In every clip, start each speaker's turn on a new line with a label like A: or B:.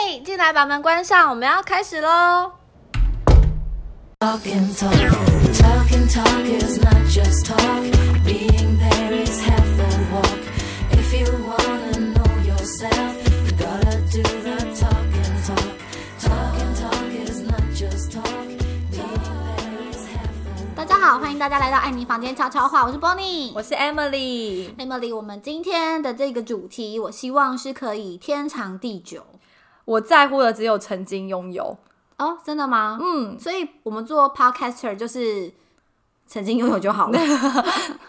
A: 哎进来，把门关上，我们要开始喽。
B: Talking, talk, talking, talk is not just talk. Being there is half the walk. If you wanna know yourself, you gotta do the talking, talk. Talking, talk is not just talk. Being there is half the walk.
C: 大家好，欢迎大家来到艾妮房间悄悄话，我是 Bonnie，
A: 我是 Emily，
C: Emily。我们今天的这个主题，我希望是可以天长地久
A: 我在乎的只有曾经拥有。
C: 哦，真的吗？
A: 嗯，
C: 所以我们做 podcaster 就是曾经拥有 就好了。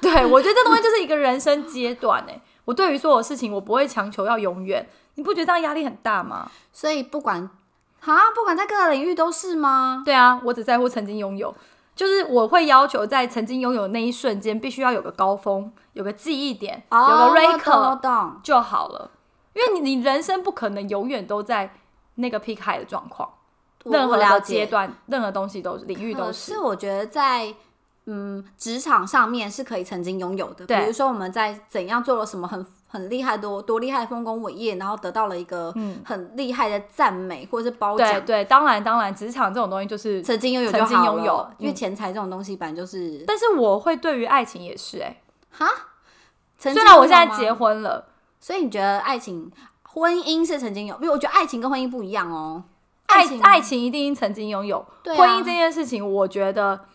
A: 对，我觉得这东西就是一个人生阶段哎。我对于所有事情，我不会强求要永远。你不觉得这样压力很大吗？
C: 所以不管啊，不管在各个领域都是吗？
A: 对啊，我只在乎曾经拥有，就是我会要求在曾经拥有的那一瞬间，必须要有个高峰，有个记忆点，有
C: 哦
A: 个
C: 我懂我
A: break
C: 懂。
A: 就好了。因为你你人生不可能永远都在那个 peak high 的状况，
C: 我
A: 任何
C: 我了
A: 的
C: 解
A: 阶段，任何东西都是领域都
C: 可
A: 是
C: 嗯是。我觉得在嗯职场上面是可以曾经拥有的，比
A: 对
C: 如说我们在怎样做了什么很很厉害多多厉害的丰功伟业，然后得到了一个
A: 嗯
C: 很厉害的赞美或者是褒
A: 对
C: 奖。
A: 对，当然当然，职场这种东西就是，
C: 曾经拥有就
A: 曾经
C: 好
A: 拥
C: 了，
A: 有
C: 因为
A: 嗯
C: 钱财这种东西本来就是
A: 但是我会对于爱情也是哎、
C: 哈。
A: 虽
C: 曾经
A: 然我
C: 拥有
A: 现在
C: 吗
A: 结，婚了，
C: 所以你觉得爱情、婚姻是曾经有？因为我觉得爱情跟婚姻不一样哦。
A: 爱
C: 情，
A: 爱
C: 爱
A: 情一定曾经拥有，
C: 对啊
A: 婚姻这件事情，我觉得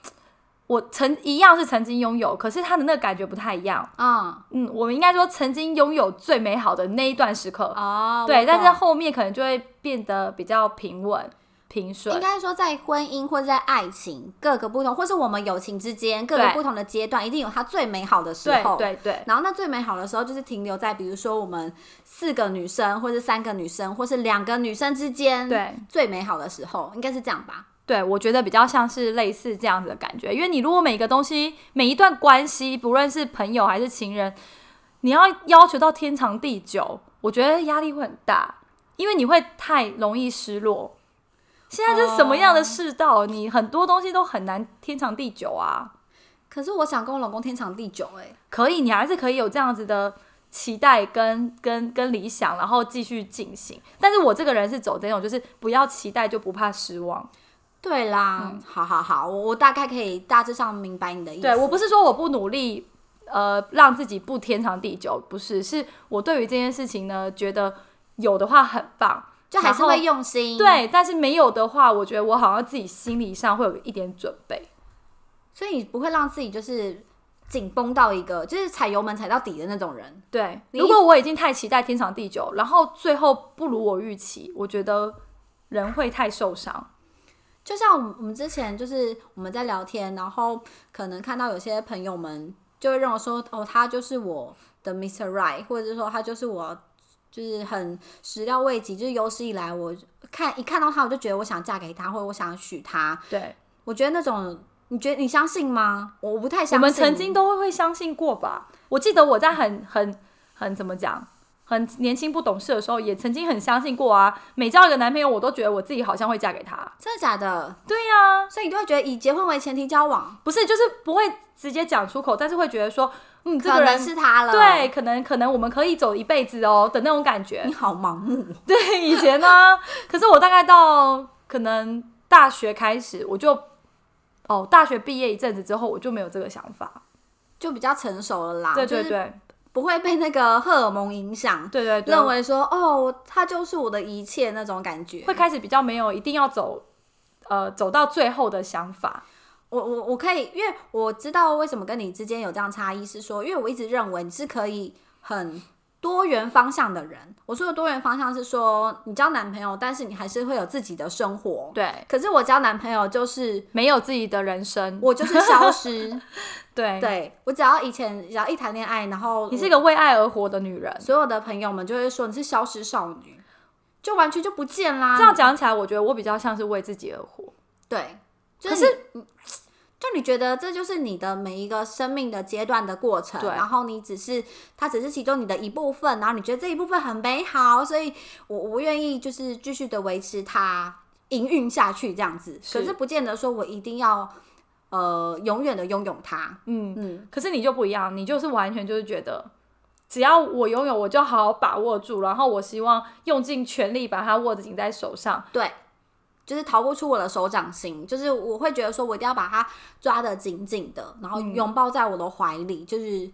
A: 我曾一样是曾经拥有，可是他的那个感觉不太一样。
C: 啊、
A: 嗯，我们应该说曾经拥有最美好的那一段时刻，
C: 哦，
A: 对，
C: 我
A: 但是
C: 懂
A: 后面可能就会变得比较平稳、平
C: 应
A: 顺。
C: 该说，在婚姻或者在爱情各个不同，或是我们友情之间各个
A: 对
C: 不同的阶段，一定有它最美好的时
A: 对
C: 候。。
A: 对对，
C: 然后那最美好的时候就是停留在，比如说我们四个女生，或是三个女生，或是两个女生之间，
A: 对
C: 最美好的时候，应该是这样吧？
A: 对，我觉得比较像是类似这样子的感觉，因为你如果每个东西、每一段关系，不论是朋友还是情人，你要要求到天长地久，我觉得压力会很大，因为你会太容易失落。现在是什么样的世道你很多东西都很难天长地久啊。
C: 可是我想跟我老公天长地久、欸，
A: 可以，你还是可以有这样子的期待跟跟跟理想，然后继续进行。但是我这个人是走这种，就是不要期待就不怕失望。
C: 对啦，嗯好好好，我我大概可以大致上明白你的意思。
A: 对我不是说我不努力，呃，让自己不天长地久，不是，是我对于这件事情呢，觉得有的话很棒，
C: 就还
A: 然
C: 是
A: 后
C: 会用心。，
A: 对，但是没有的话，我觉得我好像自己心理上会有一点准备。
C: 所以你不会让自己就是紧绷到一个就是踩油门踩到底的那种人。
A: 对，
C: 你
A: 如果我已经太期待天长地久，然后最后不如我预期，我觉得人会太受伤。
C: 就像我们我们之前就是我们在聊天，然后可能看到有些朋友们就会认为说，哦，他就是我的 Mr. Right，或者是说他就是我，就是很始料未及，就是有史以来我看一看到他我就觉得我想嫁给他，或者我想娶他。
A: 对，
C: 我觉得那种，你觉得你相信吗？我不太相信。
A: 我们曾经都会会相信过吧？我记得我在很很很怎么讲，很年轻不懂事的时候，也曾经很相信过啊。每交一个男朋友，我都觉得我自己好像会嫁给他。
C: 真的假的？
A: 对呀、
C: 所以你都会觉得以结婚为前提交往，
A: 不是就是不会直接讲出口，但是会觉得说，嗯，这
C: 可
A: 个
C: 能
A: 人
C: 是他了。
A: 对，，可能可能我们可以走一辈子哦的那种感觉
C: 你。好盲目。
A: 对，以前呢、可是我大概到可能大学开始，我就哦，大学毕业一阵子之后，我就没有这个想法。
C: 就比较成熟了啦，
A: 对对
C: 啊就是
A: 对
C: 不会被那个荷尔蒙影响，
A: 对对对，
C: 认为说哦，他就是我的一切那种感觉。
A: 会开始比较没有一定要走，呃，走到最后的想法。
C: 我我我可以，因为我知道为什么跟你之间有这样差异，是说，因为我一直认为你是可以很多元方向的人。我说的多元方向是说，你交男朋友，但是你还是会有自己的生活。。
A: 对，
C: 可是我交男朋友就是
A: 没有自己的人生。
C: 我就是消 失，
A: 对，
C: 对我只要以前只要一谈恋爱，然后
A: 你是一个为爱而活的女人。
C: 所有的朋友们就会说你是消失少女，就完全就不见啦。
A: 这样讲起来，我觉得我比较像是为自己而活。
C: 对，就
A: 可
C: 是你就你觉得这就是你的每一个生命的阶段的过程，
A: 对
C: 然后你只是它只是其中你的一部分，然后你觉得这一部分很美好，所以我我愿意就是继续的维持它营运下去这样子。
A: 是
C: 可是不见得说我一定要呃永远的拥有它，
A: 嗯，
C: 嗯，
A: 可是你就不一样，你就是完全就是觉得只要我拥有，我就好好把握住，然后我希望用尽全力把它握紧在手上。
C: 对，就是逃不出我的手掌心。就是我会觉得说，我一定要把它抓得紧紧的，然后
A: 嗯
C: 拥抱在我的怀里，就是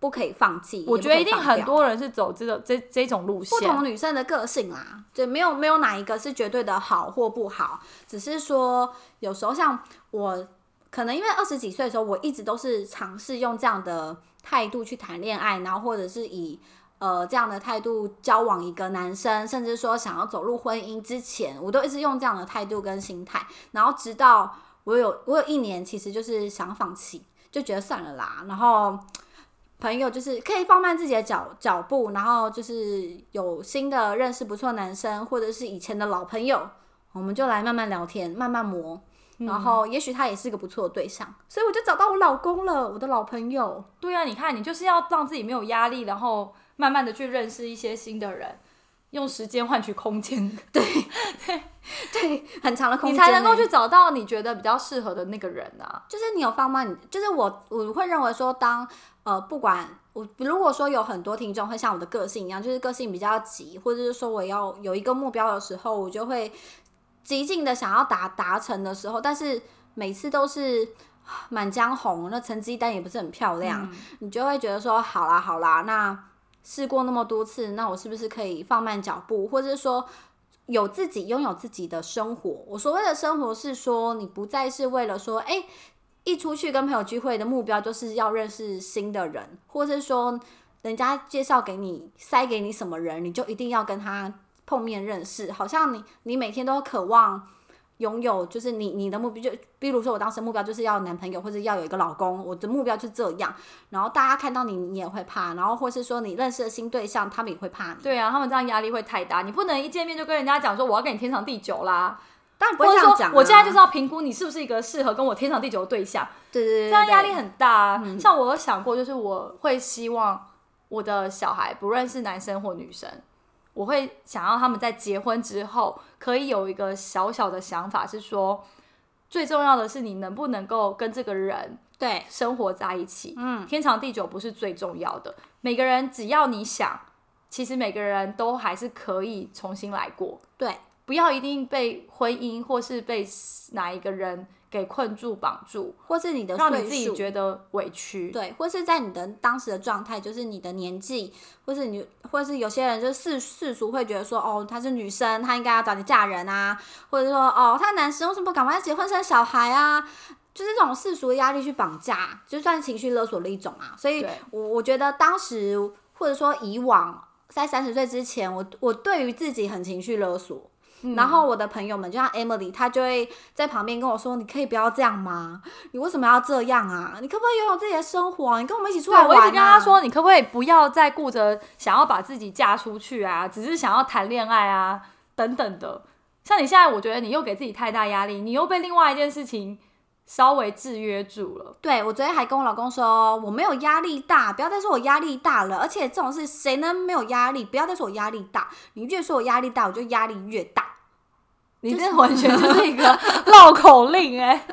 C: 不可以放弃。
A: 我
C: 也
A: 觉
C: 不
A: 得
C: 可以
A: 一定
C: 放
A: 很
C: 掉
A: 多人是走这种这这种路
C: 不
A: 线，
C: 同女生的个性啦，对，没有没有哪一个是绝对的好或不好，只是说有时候像我，可能因为二十几岁的时候，我一直都是尝试用这样的态度去谈恋爱，然后或者是以呃这样的态度交往一个男生，甚至说想要走入婚姻之前，我都一直用这样的态度跟心态，然后直到我有我有一年其实就是想放弃，就觉得算了啦，然后。朋友就是可以放慢自己的脚脚步，然后就是有新的认识不错的男生，或者是以前的老朋友，我们就来慢慢聊天，慢慢磨。然后，也许他也是个不错的对象，所以我就找到我老公了，我的老朋友。
A: 对啊，你看，你就是要让自己没有压力，然后慢慢的去认识一些新的人，用时间换取空间，
C: 对，很长的空
A: 你
C: 间
A: 才能够
C: 欸
A: 去找到你觉得比较适合的那个人啊。
C: 就是你有放慢，就是我我会认为说当，呃不管我如果说有很多听众会像我的个性一样，就是个性比较急，或者是说我要有一个目标的时候，我就会极尽的想要达达成的时候，但是每次都是。 啊满江红，那成绩单也不是很漂亮，
A: 嗯
C: 你就会觉得说，好啦好啦，那试过那么多次，那我是不是可以放慢脚步，或者是说有自己拥有自己的生活？我所谓的生活是说，你不再是为了说，哎、一出去跟朋友聚会的目标就是要认识新的人，或是说人家介绍给你塞给你什么人，你就一定要跟他碰面认识。好像你你每天都渴望拥有，就是你你的目标就，比如说我当时目标就是要有男朋友或者要有一个老公，我的目标就这样。然后大家看到你，你也会怕，然后或是说你认识的新对象，他们也会怕你。
A: 对啊，他们这样压力会太大，你不能一见面就跟人家讲说我要跟你天长地久啦，
C: 当然不
A: 或
C: 会
A: 者
C: 这
A: 说
C: 样讲、啊。
A: 我现在就是要评估你是不是一个适合跟我天长地久的对象，
C: 对对对，
A: 这样压力
C: 对嗯
A: 很大啊。像我有想过，就是我会希望我的小孩，不论是男生或女生，我会想要他们在结婚之后，可以有一个小小的想法，是说最重要的是你能不能够跟这个人
C: 对
A: 生活在一起。嗯，天长地久不是最重要的，每个人只要你想，其实每个人都还是可以重新来过。
C: 对
A: 不要一定被婚姻或是被哪一个人给困住、绑住，
C: 或是你的
A: 让
C: 岁
A: 你
C: 数，
A: 自己觉得委屈。
C: 对，或是在你的当时的状态，就是你的年纪，或是你，或是有些人就是世世俗会觉得说，哦，她是女生，她应该要早点嫁人啊，或者说，哦，她男生为什么不赶快结婚生小孩啊？就是这种世俗的压力去绑架，就算情绪勒索的一种啊。所以
A: 对
C: 我我觉得当时或者说以往在三十岁之前，我我对于自己很情绪勒索。
A: 嗯
C: 然后我的朋友们，就像 Emily，她就会在旁边跟我说：“你可以不要这样吗？你为什么要这样啊？你可不可以拥有自己的生活啊、你跟我们一起出
A: 对，
C: 来玩、啊。”
A: 我一直跟他说，你可不可以不要再顾着想要把自己嫁出去啊，只是想要谈恋爱啊等等的。像你现在，我觉得你又给自己太大压力，你又被另外一件事情稍微制约住了。
C: 对，我昨天还跟我老公说，我没有压力大，不要再说我压力大了。而且这种事谁能没有压力？不要再说我压力大，你越说我压力大，我就压力越大，
A: 你这完全 就是一个绕口令哎、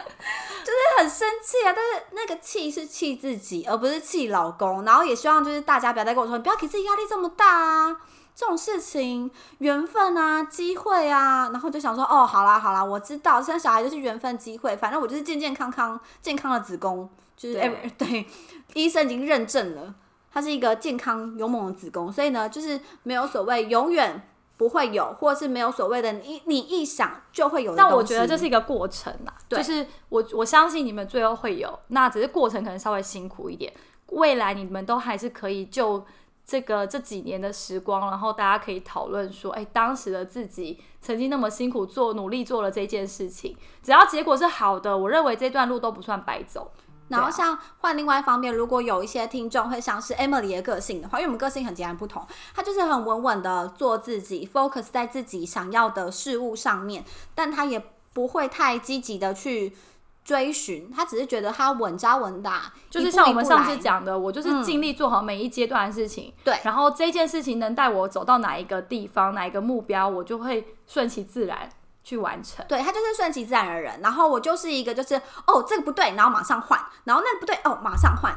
C: 这很生气啊！但是那个气是气自己，哦而不是气老公。然后也希望就是大家不要再跟我说，你不要给自己压力这么大啊。这种事情，缘分啊，机会啊，然后我就想说，哦，好啦好啦，我知道生小孩就是缘分机会，反正我就是健健康康、健康的子宫，就是
A: 对
C: every- 对，医生已经认证了，它是一个健康勇猛的子宫，所以呢，就是没有所谓永远不会有，或是没有所谓的你你一想就会有 的
A: 但我
C: 东
A: 觉得
C: 西
A: 这是一个过程啦，
C: 对
A: 就是我我相信你们最后会有，那只是过程可能稍微辛苦一点，未来你们都还是可以就这个这几年的时光，然后大家可以讨论说，哎，当时的自己曾经那么辛苦做努力做了这件事情，只要结果是好的，我认为这段路都不算白走。
C: 然后
A: 对啊
C: 像换另外一方面，如果有一些听众会像是 Emily 的个性的话，因为我们个性很截然不同，她就是很稳稳的做自己，focus 在自己想要的事物上面，但她也不会太积极的去追寻，她只是觉得她稳扎稳打，
A: 就是像我们上次
C: 一步一步来，嗯
A: 讲的，我就是尽力做好每一阶段的事情，
C: 对
A: 然后这件事情能带我走到哪一个地方，哪一个目标，我就会顺其自然去完成。
C: 对她就是顺其自然的人。然后我就是一个就是哦这个不对，然后马上换，然后那个不对哦马上换。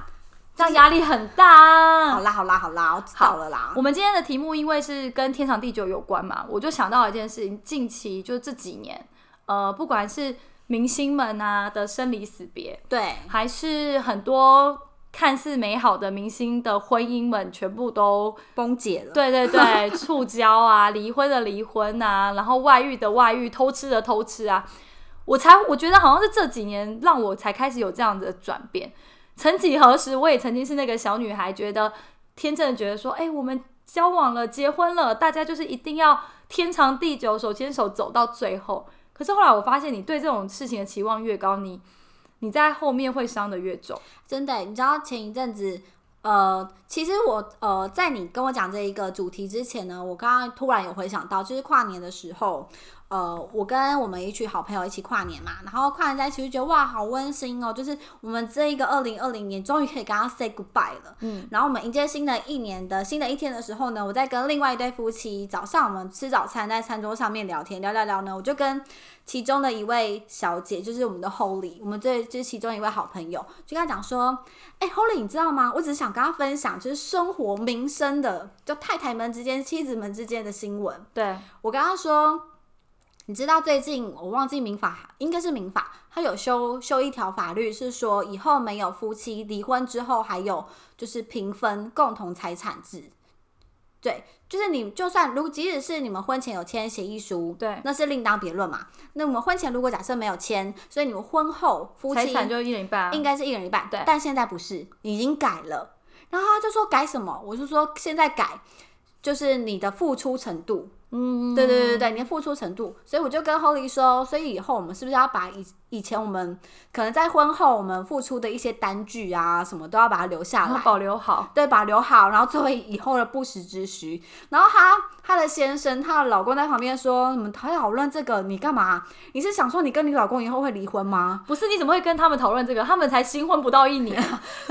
A: 这样压力很大啊。
C: 好啦好啦好啦，我知道了啦
A: 我。们今天的题目因为是跟天长地久有关嘛，我就想到一件事情，近期就是这几年，呃，不管是明星们啊的生离死别，
C: 对，
A: 还是很多看似美好的明星的婚姻们，全部都
C: 崩解了。
A: 对对对，触礁啊，离婚的离婚啊，然后外遇的外遇，偷吃的偷吃啊，我才我觉得好像是这几年让我才开始有这样子的转变。曾几何时，我也曾经是那个小女孩，觉得天真的觉得说，哎、我们交往了，结婚了，大家就是一定要天长地久，手牵手走到最后。可是后来我发现，你对这种事情的期望越高，你你在后面会伤的越重。
C: 真的欸，你知道前一阵子，呃，其实我呃，在你跟我讲这一个主题之前呢，我刚刚突然有回想到，就是跨年的时候，呃，我跟我们一群好朋友一起跨年嘛，然后跨年在一起就觉得哇，好温馨哦，就是我们这一个二零二零年终于可以跟他 say goodbye 了。
A: 嗯，
C: 然后我们迎接新的一年的新的一天的时候呢，我在跟另外一对夫妻早上我们吃早餐，在餐桌上面聊天，聊聊聊呢，我就跟其中的一位小姐，就是我们的 Holy，我们这就是其中一位好朋友，就跟她讲说，哎、h o l y 你知道吗？我只是想跟她分享，就是生活民生的，就太太们之间、妻子们之间的新闻。
A: 对，
C: 我跟他说，你知道最近我忘记民法，应该是民法，他有修修一条法律，是说以后没有夫妻离婚之后，还有就是平分共同财产制。对，就是你就算如即使是你们婚前有签协议书，
A: 对
C: 那是另当别论嘛。那我们婚前如果假设没有签，所以你们婚后夫
A: 财
C: 妻
A: 产就一人一半、啊，
C: 应该是一人一半，
A: 对
C: 但现在不是，已经改了。然后他就说改什么？我就说现在改，就是你的付出程度，
A: 嗯，
C: 对对对对对，你的付出程度。所以我就跟 Holly 说，所以以后我们是不是要把以以前我们可能在婚后我们付出的一些单据啊，什么都要把它留下
A: 然后
C: 来，
A: 哦保留好。
C: 对，保留好，然后作为以后的不时之需。然后她她的先生，她的老公在旁边说：“你们讨论这个，你干嘛？你是想说你跟你老公以后会离婚吗？”
A: 不是，你怎么会跟他们讨论这个？他们才新婚不到一 年，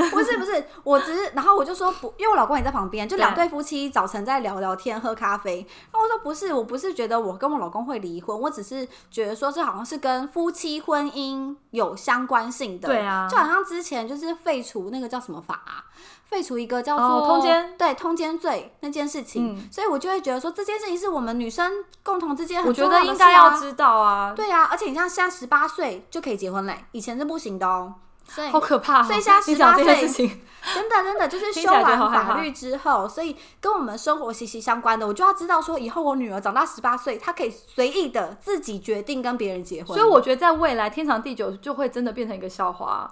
C: 不是不是，我只是，然后我就说不，因为我老公也在旁边，就两
A: 对
C: 对夫妻早晨在聊聊天、喝咖啡。然后我说不是，我不是觉得我跟我老公会离婚，我只是觉得说这好像是跟夫妻婚姻有相关性的。
A: 对啊
C: 就好像之前就是废除那个叫什么法、啊，废除一个叫做、
A: 哦通奸
C: 对通奸罪那件事情，
A: 嗯
C: 所以我就会觉得说这件事情是我们女生共同之间
A: 我
C: 很
A: 觉
C: 重要
A: 得
C: 的
A: 应
C: 事啊
A: 该要知道啊，
C: 对啊，而且你像现在十八岁就可以结婚嘞，以前是不行的哦。所以
A: 好可怕、哦。
C: 所以现在
A: 你讲
C: 18
A: 这件
C: 岁
A: 事情，
C: 真的，真的就是
A: 听
C: 修
A: 起来就
C: 完
A: 好害
C: 法
A: 怕
C: 律之后，所以跟我们生活息息相关的，我就要知道说，以后我女儿长到十八岁，她可以随意的自己决定跟别人结婚，
A: 所以我觉得在未来天长地久就会真的变成一个笑话，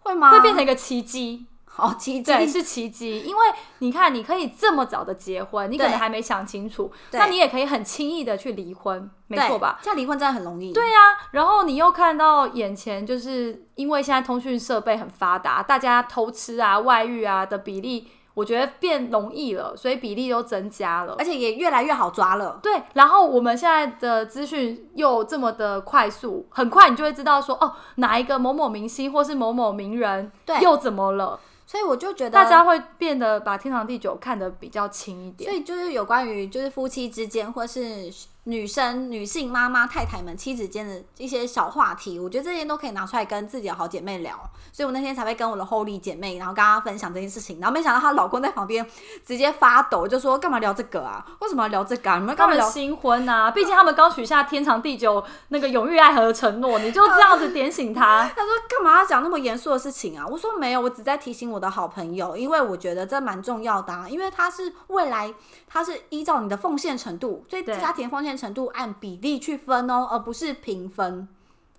C: 会吗？哦
A: 会变成一个奇迹。
C: 好奇迹，
A: 对，是奇迹，因为你看，你可以这么早的结婚，你可
C: 对
A: 能还没想清楚，
C: 对
A: 那你也可以很轻易的去离婚，没
C: 对
A: 错吧？？
C: 这样离婚真的很容易，
A: 对呀、然后你又看到眼前，就是因为现在通讯设备很发达，大家偷吃啊、外遇啊的比例，我觉得变容易了，所以比例都增加了
C: 而。且也越来越好抓了。
A: 对，然后我们现在的资讯又这么的快速，很快你就会知道说，哦，哪一个某某明星或是某某名人
C: 对
A: 又怎么了，
C: 所以我就觉得
A: 大家会变得把天长地久看得比较轻一
C: 所
A: 点。
C: 以就是有关于就是夫妻之间，或是女生、女性妈妈、太太们、妻子间的一些小话题，我觉得这些都可以拿出来跟自己的好姐妹聊。所以我那天才会跟我的 Holy 姐妹，然后跟她分享这件事情，然后没想到她老公在旁边直接发抖，就说干嘛聊这个啊？为什么要聊这个啊？你
A: 他
C: 们干嘛
A: 们
C: 聊？
A: 新婚啊，毕竟他们刚许下天长地久那个永浴爱河的承诺，你就这样子点醒他。
C: 她说干嘛要讲那么严肃的事情啊？我说没有，我只在提醒我的好朋友，因为我觉得这蛮重要的、啊，因为他是未来，他是依照你的奉献程度，所以
A: 对
C: 家庭奉献程度按比例去分哦，而不是平分。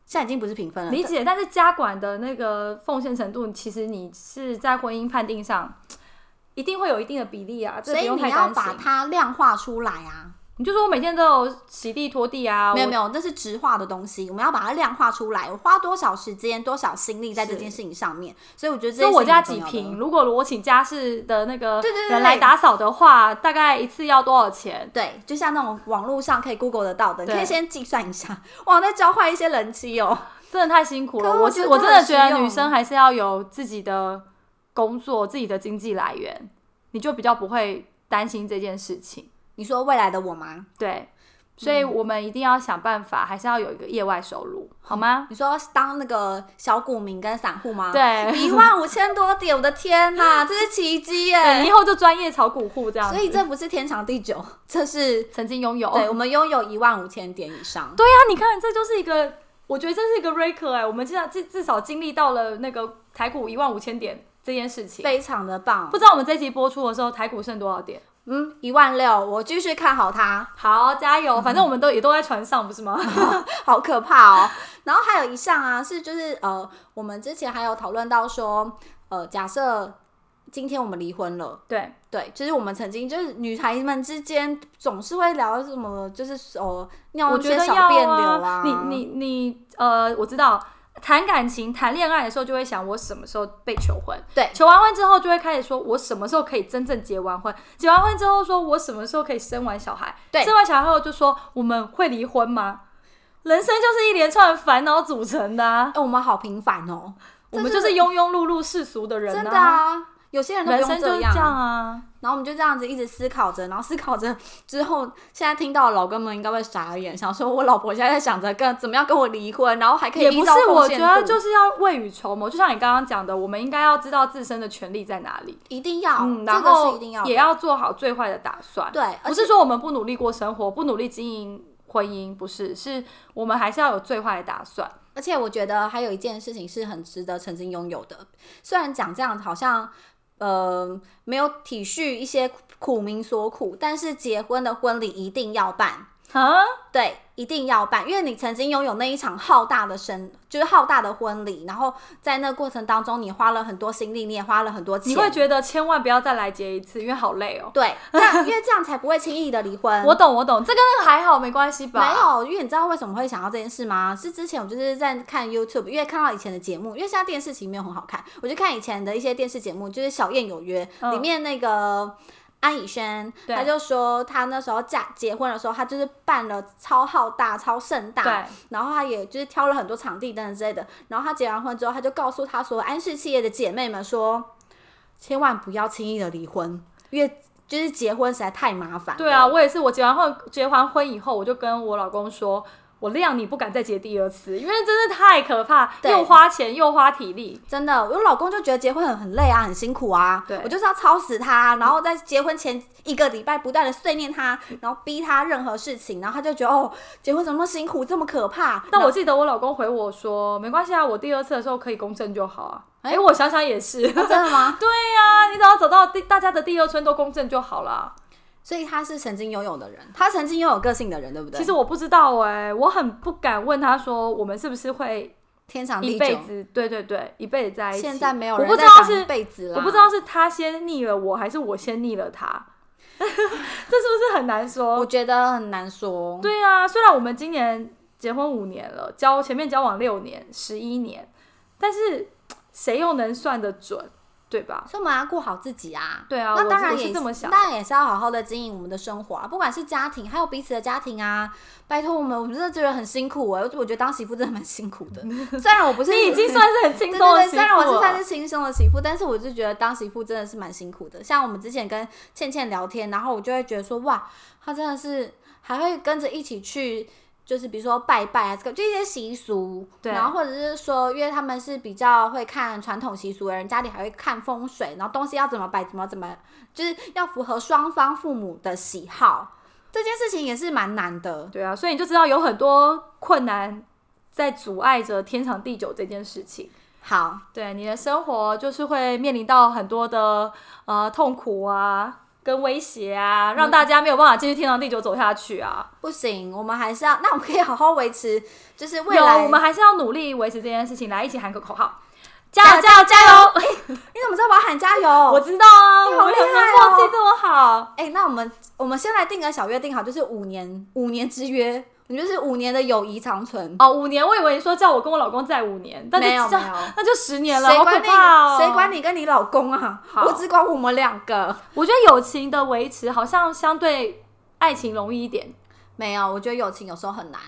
C: 现在已经不是平分了，
A: 理
C: 嗯对
A: 解，但是家管的那个奉献程度，其实你是在婚姻判定上一定会有一定的比例啊，这
C: 所
A: 不
C: 以
A: 用
C: 你
A: 太
C: 要
A: 担
C: 把
A: 心。
C: 它量化出来啊。
A: 你就说我每天都有洗地拖地啊，
C: 没有
A: 我
C: 没有，那是直化的东西，我们要把它量化出来。我花多少时间、多少心力在这
A: 是
C: 件事情上面，所以我觉得这
A: 就
C: 件
A: 我
C: 事情
A: 家
C: 很
A: 几
C: 重要的
A: 平，，如果我请家事的那个
C: 对对对
A: 人
C: 对
A: 来打扫的话，大概一次要多少钱？
C: 对，就像那种网络上可以 Google 得到的，你可
A: 对
C: 以先计算一下。 哇，在交换一些人气哦。
A: 真的太辛苦了。
C: 可是
A: 我
C: 我觉
A: 是
C: 得
A: 我
C: 这
A: 真的
C: 很
A: 觉得
C: 实
A: 女
C: 用
A: 生还是要有自己的工作、自己的经济来源，你就比较不会担心这件事情。
C: 你说未来的我吗？
A: 对，所
C: 嗯
A: 以我们一定要想办法，还是要有一个业外收入，好吗？
C: 你说当那个小股民跟散户吗？，
A: 对，
C: 一万五千多点，我的天哪，这 是奇迹
A: 对你以
C: 耶！
A: 后就专业炒股户这样子。
C: 所以这不是天长地久， 这是
A: 曾经拥有，
C: 对我们拥有一万五千点以上。
A: 对呀、啊你看，这就是一个，我觉得这是一个 breaker 哎、我们现在至至少经历到了那个台股一万五千点这件事情。
C: 非常的棒
A: 不，知道我们这集播出的时候，台股剩多少点？
C: 嗯，一万六，我继续看好它，
A: 好，加油！反正我们都也都在船上，不是吗？
C: 好可怕哦。然后还有一项啊，是就是呃，我们之前还有讨论到说，呃，假设今天我们离婚了，
A: 对，
C: 对，就是我们曾经就是女孩们之间总是会聊什么，就是哦尿
A: 我
C: 一
A: 觉
C: 些
A: 得要
C: 小便流
A: 啊，你
C: 你
A: 你你，呃，我知道。谈感情、谈恋爱的时候，就会想我什么时候被求婚。
C: 对
A: 求完婚之后，就会开始说我什么时候可以真正结完婚。结完婚之后，说我什么时候可以生完小孩。
C: 对
A: 生完小孩后就说我们会离婚吗？人生就是一连串烦恼组成的、啊，
C: 哎、我们好平凡哦，
A: 我们就是庸庸碌碌世俗的人、啊，
C: 真的啊，有些人都不
A: 人
C: 用
A: 生就是
C: 这
A: 这
C: 样，
A: 样啊。
C: 然后我们就这样子一直思考着，然后思考着之后，现在听到的老哥们应该会傻眼，想说我老婆现在在想着跟怎么样跟我离婚，然后还可以
A: 也不
C: 依
A: 是
C: 照，
A: 我
C: 奉
A: 觉
C: 献
A: 得
C: 度
A: 就是要未雨绸缪，就像你刚刚讲的，我们应该要知道自身的权利在哪里，
C: 一定要，
A: 嗯，
C: 这
A: 然
C: 个是
A: 后
C: 一定要的，
A: 也要做好最坏的打算。
C: 对，而
A: 不
C: 且
A: 是说我们不努力过生活，不努力经营婚姻，不是，是我们还是要有最坏的打算。
C: 而且我觉得还有一件事情是很值得曾经拥有的，虽然讲这样好像呃没有体恤一些苦民所苦，但是结婚的婚礼一定要办。
A: 啊，
C: 对，一定要办，因为你曾经拥有那一场浩大的生，就是浩大的婚礼，然后在那过程当中，你花了很多心力，你也花了很多钱，
A: 你会觉得千万不要再来结一次，因为好累哦。
C: 对，那因为这样才不会轻易的离 婚。
A: 我懂，我懂，这跟那个还好没关系吧？
C: 嗯没有，因为你知道为什么会想到这件事吗？是之前我就是在看 YouTube，因为看到以前的节目，因为现在电视其实没有很好看，我就看以前的一些电视节目，就是《小燕有约》
A: 嗯
C: 里面那个。安以轩，
A: 对
C: 他就说他那时候嫁结婚的时候，他就是办了超浩大、超盛大
A: 对，
C: 然后他也就是挑了很多场地等等之类的。然后他结完婚之后，他就告诉他所有安氏企业的姐妹们说，千万不要轻易的离婚，因为就是结婚实在太麻烦了。
A: 对啊，我也是。我结完婚，结完婚以后，我就跟我老公说，我谅你不敢再结第二次，因为真的太可怕，
C: 对
A: 又花钱又花体力。
C: 真的，我老公就觉得结婚很很累啊，很辛苦啊。
A: 对
C: 我就是要操死他，然后在结婚前一个礼拜不断的碎念他，然后逼他任何事情，然后他就觉得哦，结婚怎么那么辛苦，这么可怕。
A: 但
C: 然
A: 我
C: 后
A: 记得我老公回我说，没关系啊，我第二次的时候可以公证就好啊。
C: 哎
A: 哎、我想想也 是， 对
C: 真的吗？
A: 呀、你只要找到第大家的第二春都公证就好啦。
C: 所以他是曾经拥有的人，他曾经拥有个性的人，对不对？
A: 其实我不知道哎、我很不敢问他说，我们是不是会
C: 天长
A: 一
C: 地
A: 辈
C: 久，
A: 子？对对对，一辈子在一起。
C: 现在没有
A: 我
C: 人
A: 不知
C: 在
A: 道
C: 长
A: 是
C: 辈子啦，
A: 我不知道是他先腻了我，还是我先腻了他， 这是不是很难
C: 我
A: 说？
C: 觉得很难说。
A: 对啊，虽然我们今年结婚五年了，交前面交往六年、十一年，但是谁又能算得准，对吧？
C: 所以我们要顾好自己啊。
A: 对啊
C: 那
A: 我
C: 当
A: 是
C: 然
A: 我是
C: 也
A: 这么想
C: 当然也是要好好的经营我们的生活啊，不管是家庭，还有彼此的家庭啊。拜托我们，我们真的觉得很辛苦哎、我我觉得当媳妇真的蛮辛苦 的。虽然我不是
A: 你已经算是很
C: 对
A: 轻
C: 对
A: 松的
C: 对，
A: 媳妇哦
C: 虽然我是算
A: 了
C: 是。轻松的媳妇，但是我就觉得当媳妇真的是蛮辛苦的。像我们之前跟倩倩聊天，然后我就会觉得说，哇，她真的是还会跟着一起去。就是比如说拜拜啊，这个就一些习俗，
A: 对
C: 然后或者是说，因为他们是比较会看传统习俗的人，家里还会看风水，然后东西要怎么摆，怎么怎么，就是要符合双方父母的喜好，这件事情也是蛮难的。
A: 对啊，所以你就知道有很多困难在阻碍着天长地久这件事情。
C: 好，
A: 对，你的生活就是会面临到很多的呃痛苦啊，跟威胁啊，让大家没有办法继续天长地久走下去啊。
C: 不行，我们还是要，那我们可以好好维持，就是未
A: 有，
C: 来
A: 我们还是要努力维持这件事情。来，一起喊个口号，
C: 加
A: 加
C: 油
A: 油加油加油！
C: 你怎么知道我要喊加油？
A: 我知道啊，
C: 你好
A: 我
C: 厉
A: 两个
C: 害
A: 默
C: 哦
A: 契这么好。
C: 哎、那我们我们先来定个小约定好，就是五年五年之约，我们就是五年的友谊长存。
A: 哦，五年，我以为你说叫我跟我老公再五年，但是
C: 没有
A: 这
C: 没有
A: 那就十年了，
C: 谁
A: 好可
C: 管你？
A: 怕哦！
C: 谁管？你跟你老公啊？
A: 好
C: 我只管我们两个。
A: 我觉得友情的维持好像相对爱情容易一点，
C: 没有，我觉得友情有时候很难。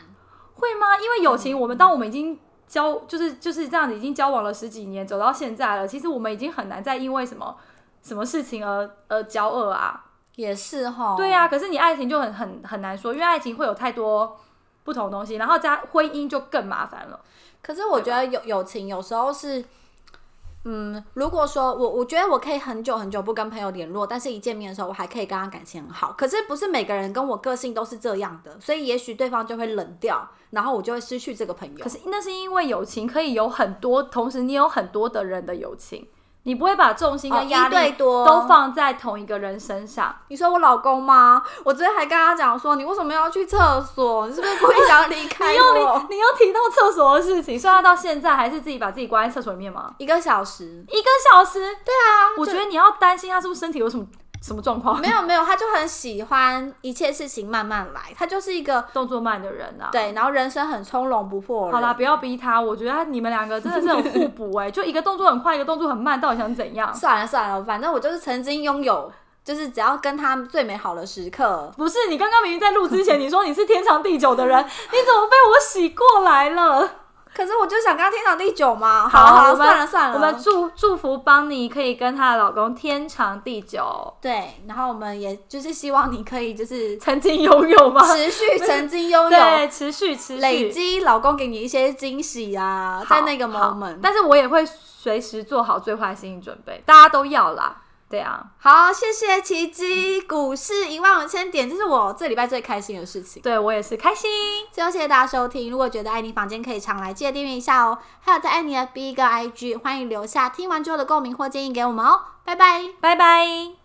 A: 会吗？因为友情，我们当我们已经交，就是就是这样子，已经交往了十几年，走到现在了，其实我们已经很难再因为什么什么事情而而交恶啊。
C: 也是哈。
A: 对、呀、可是你爱情就很很很难说，因为爱情会有太多不同的东西，然后加婚姻就更麻烦了。
C: 可是我觉得友友情有时候是，嗯，如果说我我觉得我可以很久很久不跟朋友联络，但是一见面的时候我还可以跟他感情很好。可是不是每个人跟我个性都是这样的，所以也许对方就会冷掉，然后我就会失去这个朋友
A: 可。是那是因为友情可以有很多，同时你有很多的人的友情，你不会把重心
C: 哦
A: 跟
C: 一
A: 压力
C: 对多
A: 都放在同一个人身上。
C: 你说我老公吗？我昨天还跟他讲说，你为什么要去厕所？你是不是故意想要离开
A: 你又
C: 我？
A: 你你又提到厕所的事情，所以他到现在还是自己把自己关在厕所里面吗？
C: 一个小时，
A: 一个小时？对啊，我
C: 就
A: 觉得你要担心他是不是身体有什么什么状况，
C: 没有没有，他就很喜欢一切事情慢慢来，他就是一个
A: 动作慢的人啊。。
C: 对，然后人生很从容不迫的人。
A: 好啦，不要逼他。我觉得你们两个真的是很互补哎、就一个动作很快，一个动作很慢，到底想怎样？
C: 算了算了，反正我就是曾经拥有，就是只要跟他们最美好的时刻。
A: 不是，你刚刚明明在录之前，你说你是天长地久的人，你怎么被我洗过来了？
C: 可是我就想跟他天长地久嘛。
A: 好
C: 好了
A: 我
C: 好了，
A: 们
C: 算了算了，
A: 我们祝祝福邦尼可以跟她的老公天长地久，
C: 对，然后我们也就是希望你可以就是
A: 曾经拥有吗？
C: 持续曾经拥有，
A: 对，持续持续
C: 累积老公给你一些惊喜啊，
A: 好
C: 在那个
A: 好
C: moment。
A: 但是我也会随时做好最坏心理准备，大家都要啦。对啊，
C: 好，谢谢奇迹股市一万五千点，这是我这礼拜最开心的事情。
A: 对我也是开心。
C: 最后谢谢大家收听，如果觉得爱你房间可以常来，记得订阅一下哦。还有在爱你的 B 跟 IG，欢迎留下听完之后的共鸣或建议给我们哦，拜拜。
A: 拜拜。